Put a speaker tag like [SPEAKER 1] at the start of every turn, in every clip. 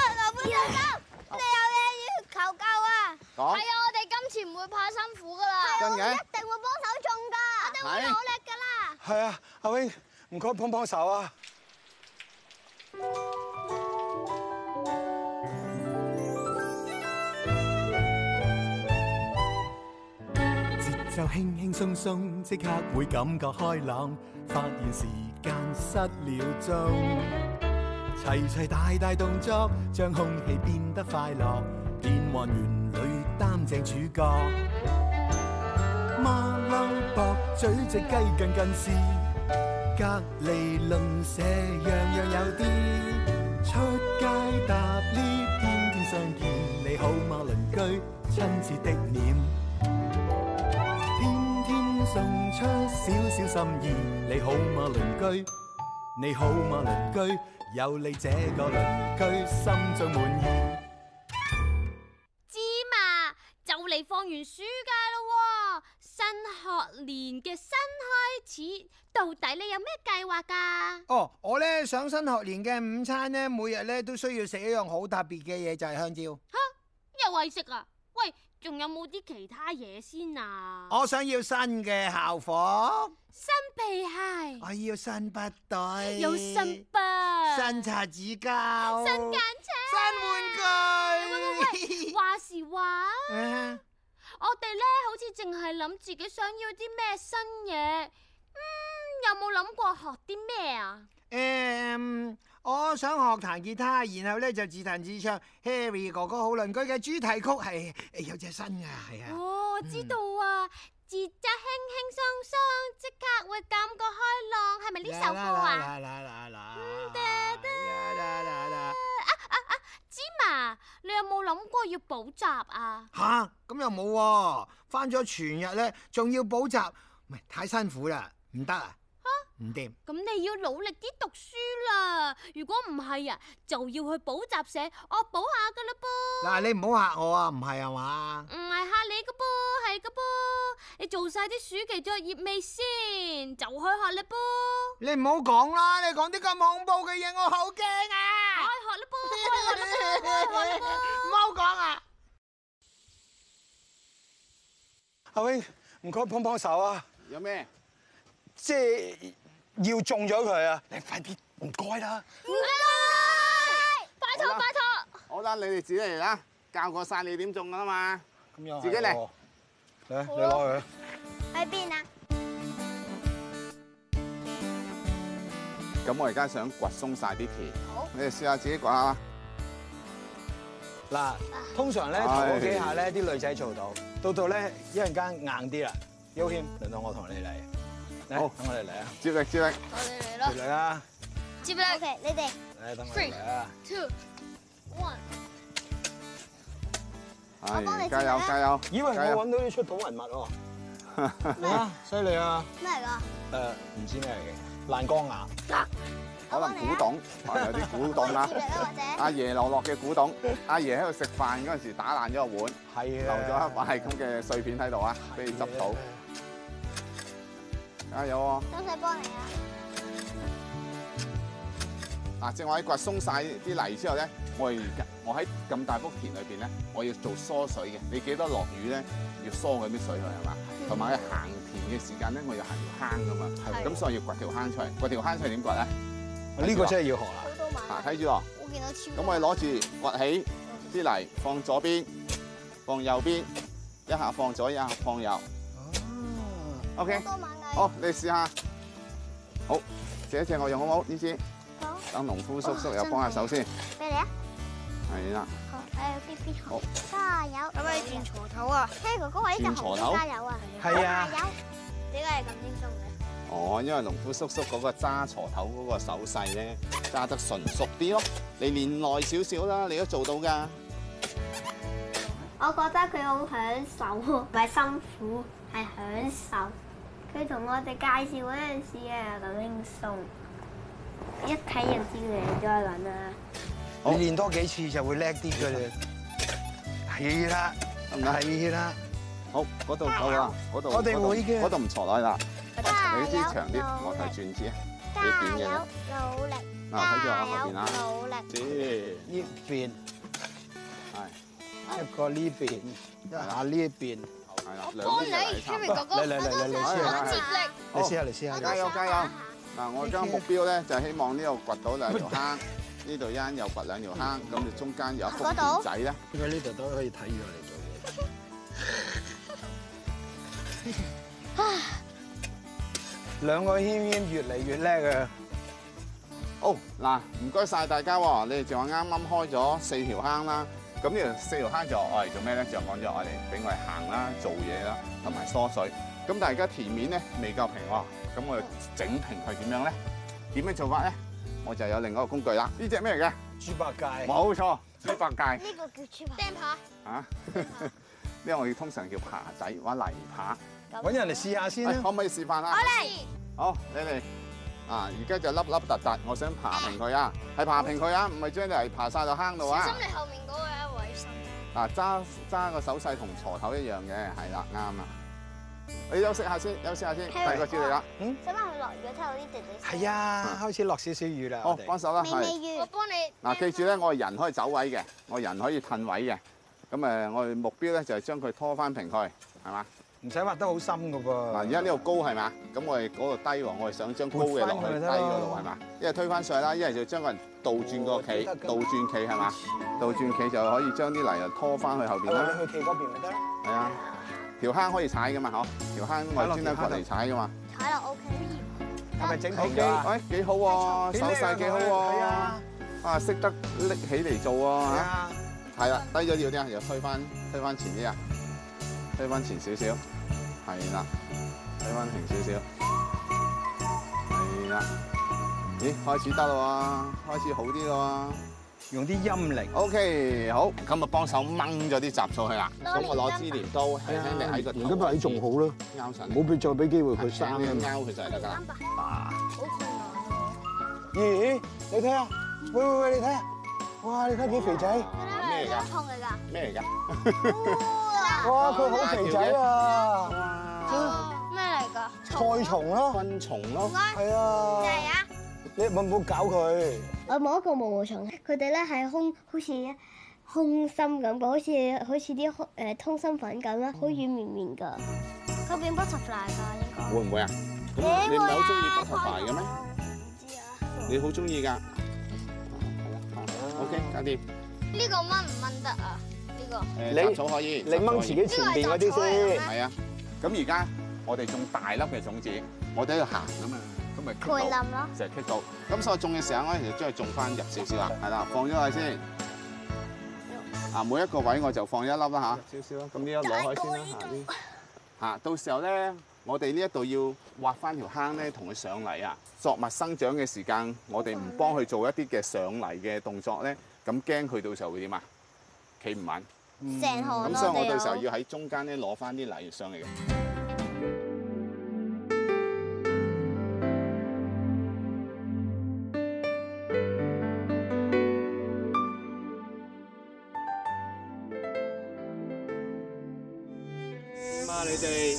[SPEAKER 1] 狗狗，你有嘢要求救啊！
[SPEAKER 2] 講
[SPEAKER 3] 係啊，我哋今次唔會怕辛苦噶啦。
[SPEAKER 2] 真
[SPEAKER 1] 我哋
[SPEAKER 2] 嘅
[SPEAKER 1] 一定會幫手種㗎，我哋會
[SPEAKER 2] 係
[SPEAKER 1] 努力㗎啦。
[SPEAKER 4] 係啊，阿 wing，唔該幫幫手啊！
[SPEAKER 5] 節奏輕輕鬆鬆，即刻會感覺開朗，發現時間失了蹤。齊齊大大動作，將空氣變得快樂，變幻園裏擔正主角。馬騮駁嘴隻雞近近視，隔離鄰舍樣樣有啲。出街搭 lift，天天相見，你好嗎鄰居？親切的臉。天天送出少少心意，你好嗎鄰居？你好嗎鄰居？有你這個鄰居，心中滿意。
[SPEAKER 3] 芝麻就嚟放完暑假啦喎，新學年嘅新開始，到底你有咩計劃㗎？
[SPEAKER 2] 哦，我咧上新學年嘅午餐咧，每日咧都需要食一樣好特別嘅嘢，就係香蕉。
[SPEAKER 3] 又係食啊？喂，仲有冇啲其他嘢先啊？
[SPEAKER 2] 我想要新嘅校服，我
[SPEAKER 3] 新皮鞋，
[SPEAKER 2] 哎要新筆袋，
[SPEAKER 3] 有新筆，
[SPEAKER 2] 新擦紙膠，
[SPEAKER 3] 新眼尺，
[SPEAKER 2] 新玩具。
[SPEAKER 3] 話時話，
[SPEAKER 2] 啊
[SPEAKER 3] 我哋咧好似淨係諗自己想要啲咩新嘢，嗯，有冇諗過學啲咩啊？
[SPEAKER 2] 誒，嗯我想學彈吉他，然後咧就自彈自唱 Harry 哥哥好鄰居嘅主題曲係誒有隻新㗎，係啊，
[SPEAKER 3] 哦，我知道啊，節奏輕輕鬆鬆，即刻會感覺開朗，係咪呢首歌啊？
[SPEAKER 2] 啦啦啦啦啦 à,
[SPEAKER 3] 得得
[SPEAKER 2] 啦啦啦啦
[SPEAKER 3] 芝麻，你有冇諗過要補習啊？
[SPEAKER 2] 吓，咁又冇喎，翻咗全日咧，仲要補習，唔係太辛苦啦，唔得啊，唔掂。
[SPEAKER 3] 咁你要努力啲讀書啦，如果唔係啊，就要去補習社惡補下噶啦噃。
[SPEAKER 2] 嗱，你唔好嚇我啊，唔係啊嘛？
[SPEAKER 3] 唔係嚇你噶噃，係噶噃，你做晒啲暑期作業未先，就去學啦噃，
[SPEAKER 2] 你唔好講啦，你講啲咁恐怖嘅嘢，我好 驚
[SPEAKER 3] 開
[SPEAKER 2] 啊！
[SPEAKER 3] 學啦 噃，開學啦噃，開學啦噃。
[SPEAKER 2] 唔好講啊！
[SPEAKER 4] 阿 wing，唔該幫幫手啊！
[SPEAKER 6] 有咩？
[SPEAKER 4] 即係要中咗佢啊！你快啲，唔該啦！
[SPEAKER 3] 唔該，拜託
[SPEAKER 6] 好啦
[SPEAKER 3] 拜託。
[SPEAKER 6] 我得你哋自己嚟啦，教過晒你點種噶啦嘛。
[SPEAKER 4] 咁又係
[SPEAKER 6] 自己嚟
[SPEAKER 4] 喎，嚟你攞佢啊。
[SPEAKER 1] 喺邊
[SPEAKER 3] à.
[SPEAKER 1] 啊？
[SPEAKER 6] 咁我而家想掘鬆晒啲田，
[SPEAKER 1] 好
[SPEAKER 6] 你哋試下自己掘下啦。
[SPEAKER 4] 嗱，通常咧頭
[SPEAKER 6] 唉
[SPEAKER 4] 嗰幾下咧，啲女仔做到，到到咧一陣間硬啲啦。優謙，輪到我同你嚟，嚟
[SPEAKER 6] 好
[SPEAKER 4] 等我哋嚟啊，
[SPEAKER 6] 接力接力，
[SPEAKER 3] 我哋
[SPEAKER 4] 條。
[SPEAKER 3] 嚟
[SPEAKER 4] 女啊，
[SPEAKER 3] 接力
[SPEAKER 1] O K，你哋
[SPEAKER 4] 嚟等我哋嚟啊，
[SPEAKER 3] two one，
[SPEAKER 1] 幫你
[SPEAKER 6] 係
[SPEAKER 1] 接力
[SPEAKER 6] 加油
[SPEAKER 1] 啊
[SPEAKER 6] 加油！
[SPEAKER 4] 以為
[SPEAKER 6] 加
[SPEAKER 4] 我
[SPEAKER 6] 油
[SPEAKER 4] 揾到啲出土文 物喎，哇，犀利啊！
[SPEAKER 1] 咩嚟㗎？
[SPEAKER 4] 誒，唔知咩嚟嘅，爛光牙，
[SPEAKER 6] 可能古董，係有啲古董 啦
[SPEAKER 1] 接。力啦，或者
[SPEAKER 6] 阿爺流落嘅古董，阿爺喺度食飯嗰陣時打爛咗個碗，
[SPEAKER 4] 係啊
[SPEAKER 6] 留咗一塊咁嘅碎片喺度啊，俾你執到。加油啊！
[SPEAKER 1] 使唔使幫你
[SPEAKER 3] à.
[SPEAKER 1] 啊？
[SPEAKER 6] 嗱，啊正話喺掘鬆晒啲泥之後咧，我而家我喺咁大幅田裏邊咧，我要做疏水嘅。你記得落雨咧，要疏嗰啲水去係嘛？
[SPEAKER 4] 嗯
[SPEAKER 6] 同埋咧行田嘅時間咧，我要行條坑噶嘛。咁所以要掘條坑出嚟，掘條坑出嚟點掘咧？
[SPEAKER 4] 啊呢個真係要學啦。
[SPEAKER 1] 好多買
[SPEAKER 6] 嗱，
[SPEAKER 1] 啊，
[SPEAKER 6] 睇住咯。
[SPEAKER 1] 我見到超
[SPEAKER 6] 咁我哋攞住掘起啲泥，放左邊，放右邊，一下放左，一下放右。OK，
[SPEAKER 4] 哦
[SPEAKER 1] 好多買嘅。
[SPEAKER 6] 好，你試下。好，借一借我用好唔好？呢支
[SPEAKER 1] 好，
[SPEAKER 6] 等農夫叔叔又幫下手先。
[SPEAKER 1] 俾你啊！
[SPEAKER 6] 係啦。
[SPEAKER 1] 好，
[SPEAKER 3] Ờ,
[SPEAKER 1] 誒 B B 好
[SPEAKER 6] 好，
[SPEAKER 1] 加油！咁咪轉鋤頭啊！Harry 哥哥話呢隻
[SPEAKER 6] 轉
[SPEAKER 1] 紅
[SPEAKER 6] 鋤
[SPEAKER 1] 色
[SPEAKER 6] 頭
[SPEAKER 1] 加油啊！
[SPEAKER 4] 係啊
[SPEAKER 1] 加油！點解係咁輕鬆嘅？
[SPEAKER 6] 哦，因為農夫叔叔嗰個揸鋤頭嗰個手勢咧，揸得純熟啲咯。你練耐少少啦，你都做到㗎。
[SPEAKER 1] 我覺得佢好享受，唔係辛苦，係享受。佢同我哋介紹嗰陣時啊，咁輕鬆，一睇就知佢哋再緊啦。
[SPEAKER 4] 你練多幾次就會叻啲嘅啦。係啦，
[SPEAKER 6] 得唔得？
[SPEAKER 4] 係啦，
[SPEAKER 6] 好，嗰度夠啦，嗰度
[SPEAKER 4] 我哋
[SPEAKER 6] 嗰度
[SPEAKER 4] 會嘅
[SPEAKER 6] 嗰度唔錯耐啦。
[SPEAKER 1] 加油！
[SPEAKER 6] 你支長啲，我睇轉支啊。你點嘅？
[SPEAKER 1] 加油！努力！
[SPEAKER 6] 嗱，睇住我後邊啊。
[SPEAKER 1] 努力！
[SPEAKER 6] 知。
[SPEAKER 4] 呢邊
[SPEAKER 2] 一個呢邊，一
[SPEAKER 4] 啊
[SPEAKER 2] 下呢邊，
[SPEAKER 6] 係啦，兩
[SPEAKER 7] 幫
[SPEAKER 6] 邊
[SPEAKER 7] 你
[SPEAKER 6] 就嚟差唔
[SPEAKER 7] ，Henry
[SPEAKER 6] 多
[SPEAKER 7] 哥哥，
[SPEAKER 2] 嚟嚟嚟嚟你試
[SPEAKER 7] 我
[SPEAKER 2] 下，
[SPEAKER 7] 接力，
[SPEAKER 2] 你試下，你試下，
[SPEAKER 6] 加油加油！嗱，我將目標咧就係希望呢度掘到兩條坑，呢度一間又掘兩條坑，咁你中間有一幅
[SPEAKER 1] 嗰
[SPEAKER 6] 田
[SPEAKER 1] 度
[SPEAKER 6] 仔咧，
[SPEAKER 2] 佢呢度都可以睇住我嚟做嘢。兩個軒軒越嚟越叻啊！
[SPEAKER 6] 哦，嗱，唔該晒大家喎，你哋就話啱啱開咗四條坑啦，咁呢條四條坑就我嚟做咩咧？就講咗我嚟俾我哋行啦、做嘢啦，同埋疏水。咁但係而家田面咧未夠平喎，咁我就整平佢點樣咧？點樣做法咧？我就有另外一個工具啦，呢只咩嚟嘅？
[SPEAKER 2] 豬八戒，
[SPEAKER 6] 冇錯，豬八 戒
[SPEAKER 1] 呢個叫豬扒，
[SPEAKER 7] 掟下，
[SPEAKER 6] 啊！ 呢個我哋通常叫爬仔或者泥耙，
[SPEAKER 2] 揾人嚟試下先
[SPEAKER 6] 哎
[SPEAKER 2] 啦。
[SPEAKER 6] 可唔可以示範啊？
[SPEAKER 7] 嚟，
[SPEAKER 6] 好，你嚟啊！而家就凹凹凸凸，我想爬平佢啊，係爬平佢啊，唔係將你嚟爬晒到坑度啊！
[SPEAKER 7] 小心你後面嗰個一位心。
[SPEAKER 6] 嗱，揸揸個手勢同鋤頭一樣嘅，係啦，啱啦。你休息下先，休息下先，第二個接你啦。
[SPEAKER 1] 想問佢落雨之後啲地地
[SPEAKER 2] 係啊，開始落少少雨啦。
[SPEAKER 6] 好
[SPEAKER 2] 我，哋
[SPEAKER 6] 幫手啦，
[SPEAKER 1] 未
[SPEAKER 6] 係。
[SPEAKER 1] 未
[SPEAKER 7] 我
[SPEAKER 1] 完，
[SPEAKER 7] 幫你
[SPEAKER 6] 嗱，記住咧，我係人可以走位嘅，我人可以褪位嘅。咁誒，我哋目標咧就係將佢拖翻平佢，係嘛？
[SPEAKER 2] 唔使畫得好深噶噃。
[SPEAKER 6] 嗱，而家呢度高係嘛？咁我哋嗰度低喎，我哋想將高
[SPEAKER 2] 撥
[SPEAKER 6] 嘅
[SPEAKER 2] 返
[SPEAKER 6] 落
[SPEAKER 2] 佢
[SPEAKER 6] 去
[SPEAKER 2] 咪
[SPEAKER 6] 低
[SPEAKER 2] 得咯
[SPEAKER 6] 嗰度係嘛？一係推翻上去啦，一係就將個人倒轉個企，
[SPEAKER 2] 哦都得㗎
[SPEAKER 6] 倒轉企係嘛？倒轉企就可以將啲泥啊拖翻去後邊啦。
[SPEAKER 2] 你去企嗰邊咪得啦。
[SPEAKER 6] 係啊，條坑可以踩噶嘛，嗬？條坑我係專登過嚟踩噶嘛。
[SPEAKER 1] 睇落 OK。
[SPEAKER 2] 係咪整
[SPEAKER 6] 好
[SPEAKER 2] 平
[SPEAKER 6] 幾，
[SPEAKER 2] 咗啊？
[SPEAKER 6] 哎幾好喎，手勢幾好
[SPEAKER 2] 係
[SPEAKER 6] 喎，
[SPEAKER 2] 啊，
[SPEAKER 6] 啊識得拎起嚟做
[SPEAKER 2] 係
[SPEAKER 6] 喎，
[SPEAKER 2] 啊，
[SPEAKER 6] 係啦，低咗要啲啊，又推翻推翻前啲啊，推翻前少少，係啦，推翻平少少，係啦，咦開始得啦喎，開始好啲啦
[SPEAKER 2] 用啲陰力
[SPEAKER 6] 喎。，OK 好，咁啊幫手掹咗啲雜草去啦，咁我攞支鐮刀輕
[SPEAKER 2] Dạ.
[SPEAKER 6] 輕地喺個頭，
[SPEAKER 8] 而家咪仲好啦，
[SPEAKER 6] 拗實，
[SPEAKER 8] 冇俾再俾機會佢生
[SPEAKER 6] 輕輕地
[SPEAKER 8] 啦。
[SPEAKER 6] 拗佢就係得㗎啦。
[SPEAKER 1] 好困難喎。
[SPEAKER 2] 咦，你睇下，喂喂喂，你睇下，哇，你睇幾肥仔，
[SPEAKER 6] 咩嚟㗎？
[SPEAKER 1] 痛嚟㗎。
[SPEAKER 6] 咩嚟㗎？
[SPEAKER 2] 哇，佢好肥仔啊，
[SPEAKER 6] ờ,
[SPEAKER 7] 咩嚟㗎？
[SPEAKER 2] 菜蟲咯，
[SPEAKER 6] 昆蟲咯，
[SPEAKER 2] 係
[SPEAKER 3] ờ,
[SPEAKER 2] 啊，
[SPEAKER 7] 啊，
[SPEAKER 2] 你唔好唔好搞佢，
[SPEAKER 1] 我摸呃一個毛毛蟲，佢哋咧係空，好似空心咁嘅，好似呃好似啲誒通心粉咁啦，好軟綿綿㗎。佢變 butterfly 㗎應該。
[SPEAKER 6] 會唔會啊？咁你唔係
[SPEAKER 8] 啊
[SPEAKER 6] 好中意 butterfly 嘅咩？
[SPEAKER 1] 唔知啊。
[SPEAKER 6] 你好中意㗎。係啦，OK，搞掂。
[SPEAKER 8] 啊
[SPEAKER 7] 呢個掹唔掹得啊？呢個
[SPEAKER 6] 誒，
[SPEAKER 8] 你
[SPEAKER 6] 雜草可以，
[SPEAKER 8] 你掹自己前邊嗰啲先，
[SPEAKER 6] 係啊。咁而家我哋種大粒嘅種子，我哋喺度行啊嘛，咁咪棘
[SPEAKER 1] 佢
[SPEAKER 6] 到，
[SPEAKER 1] 冧咯。
[SPEAKER 6] 就係棘到。咁所以種嘅時候，我哋就將佢種翻入少少啦，係啦，放咗佢先。
[SPEAKER 8] 嗯
[SPEAKER 6] 啊，每一個位我就放一粒啦嚇。
[SPEAKER 4] 少少啦，
[SPEAKER 6] 咁呢一攞開先啦，下啲嚇，啊到時候咧，我哋呢一度要挖翻條坑咧，同佢上泥啊。作物生長嘅時間，我哋唔幫佢做一啲嘅上泥嘅動作咧，咁驚佢到時候會點啊？企唔穩，
[SPEAKER 1] 成
[SPEAKER 6] 咁
[SPEAKER 1] 行咯，
[SPEAKER 6] 所以我
[SPEAKER 1] 哋
[SPEAKER 6] 到時候
[SPEAKER 1] 有
[SPEAKER 6] 要喺中間咧攞翻啲泥上嚟嘅。
[SPEAKER 4] 點啊你哋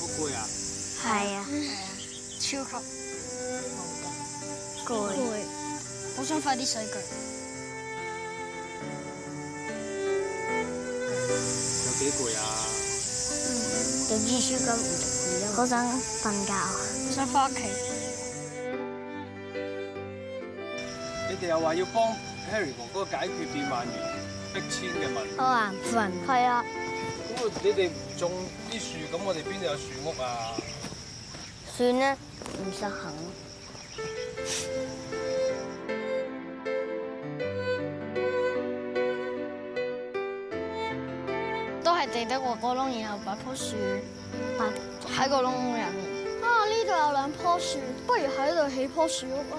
[SPEAKER 4] 好攰啊！
[SPEAKER 1] 係啊，
[SPEAKER 9] 超級
[SPEAKER 1] 攰。
[SPEAKER 9] 好想快啲洗腳。
[SPEAKER 4] 有幾攰啊？
[SPEAKER 1] 讀書書咁唔讀咯，好想瞓覺。
[SPEAKER 9] 好想翻屋企。
[SPEAKER 4] 你哋又話要幫 Harry 哥哥解決變萬元逼遷嘅問題，
[SPEAKER 1] 好啊，瞓。係啊，
[SPEAKER 4] 咁你哋唔種啲樹，咁我哋邊度有樹屋啊？
[SPEAKER 1] 算啦，唔實行。
[SPEAKER 9] 都係地得個個窿，然後擺棵樹，但喺個窿入面。
[SPEAKER 7] 啊，呢度有兩棵樹，不如喺度起棵樹屋啊！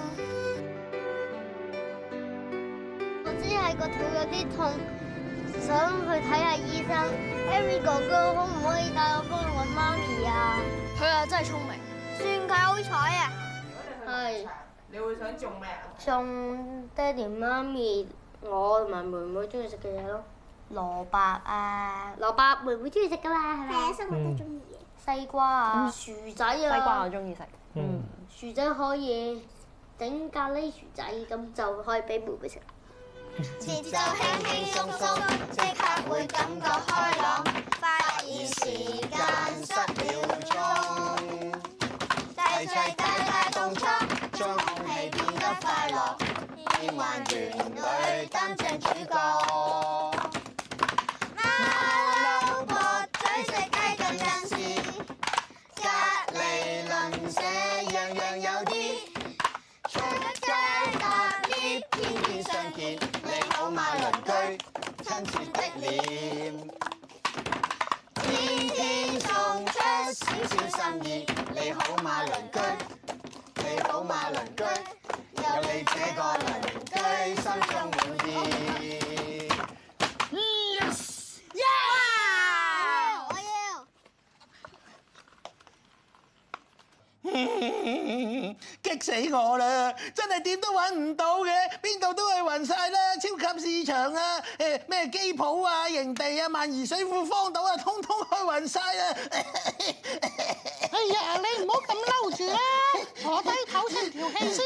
[SPEAKER 1] 我知係個肚有啲痛，想去睇下醫生。Harry 哥哥可唔可以帶我翻去揾媽咪啊？
[SPEAKER 3] à.
[SPEAKER 9] 佢啊真係聰明，
[SPEAKER 1] 算佢好彩啊！
[SPEAKER 10] 係。你會想做咩啊？
[SPEAKER 1] 送爹哋媽咪，我同埋妹妹中意食嘅嘢咯。蘿蔔啊，蘿蔔妹妹中意食噶嘛，係咪？係啊，生妹都中意嘅。西瓜
[SPEAKER 3] à.
[SPEAKER 1] 啊，薯仔啊，
[SPEAKER 10] 西瓜我中意食。嗯。
[SPEAKER 1] 薯仔可以整咖喱薯仔，咁就可以俾妹妹食啦。
[SPEAKER 2] 節奏輕輕鬆鬆，即刻會感覺開朗，發現時間失了蹤，齊齊大大動作，將空氣變得快樂，變幻園裏擔正主角。馬騮駁嘴食雞咁陣時，隔離鄰舍樣樣有啲。出街搭 lift，天天相見。你好嗎，鄰居？親切的臉，天天送出少少心意。你好嗎，鄰居？你好嗎，鄰居？有你這個鄰居，心中滿意。Yes！
[SPEAKER 11] 激死我啦！真係點都揾唔到嘅，邊度都去暈晒啦！超級市場啊，誒咩機鋪啊、營地啊、萬宜水庫、荒島啊，通通去暈晒啦！
[SPEAKER 9] 哎呀，你唔好咁嬲住啦，坐低唞順條氣先。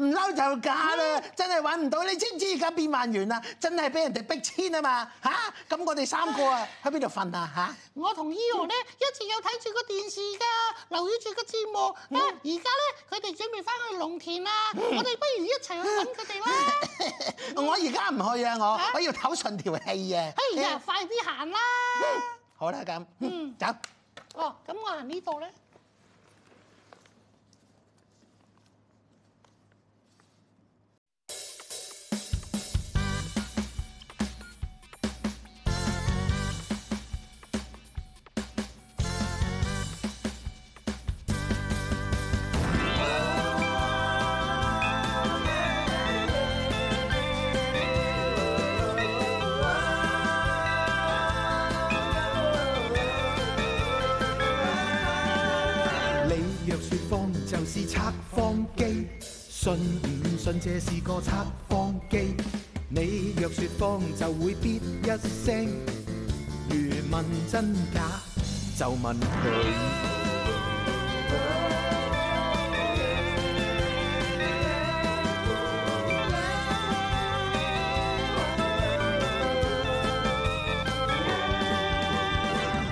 [SPEAKER 11] 唔嬲就假
[SPEAKER 9] 嗯
[SPEAKER 11] 啦，真係揾唔到，你知唔知而家變萬元啊？真係俾人哋逼遷啊嘛嚇！咁我哋三個啊喺邊度瞓啊嚇？
[SPEAKER 9] 我同 Eo 咧一直有睇住個電視㗎，留意住個節目。
[SPEAKER 11] 嗯
[SPEAKER 9] 啊，而家咧佢哋準備翻去農田啦，我哋不如一齊去揾佢哋啦。
[SPEAKER 11] 我而家唔去啊！我我要唞順條氣啊！嗯
[SPEAKER 9] 哎呀，快啲行啦！嗯
[SPEAKER 11] 好啦，咁嗯走。
[SPEAKER 9] 哦，咁我行呢度咧。
[SPEAKER 5] 你若说谎就是測謊機，信唔信這是個測謊機？你若说謊就會咇一聲，如問真假就問佢。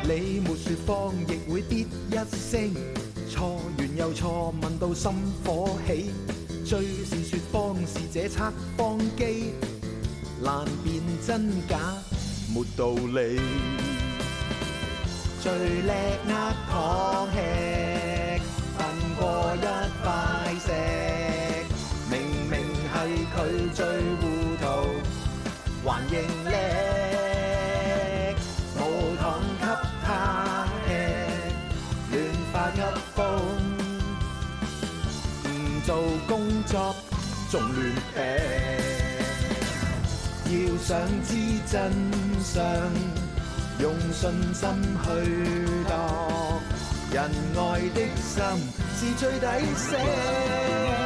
[SPEAKER 5] 你沒说謊亦會跌一聲，錯完又錯，問到心火起。最是说謊是這測謊機，難辨真假沒道理。最叻呃糖吃，笨過一塊石。明明係佢最糊塗，還認叻。無糖給他吃，亂發噏風，唔做工作仲亂劈。要想知真相，用信心去度，仁愛的心是最抵捨。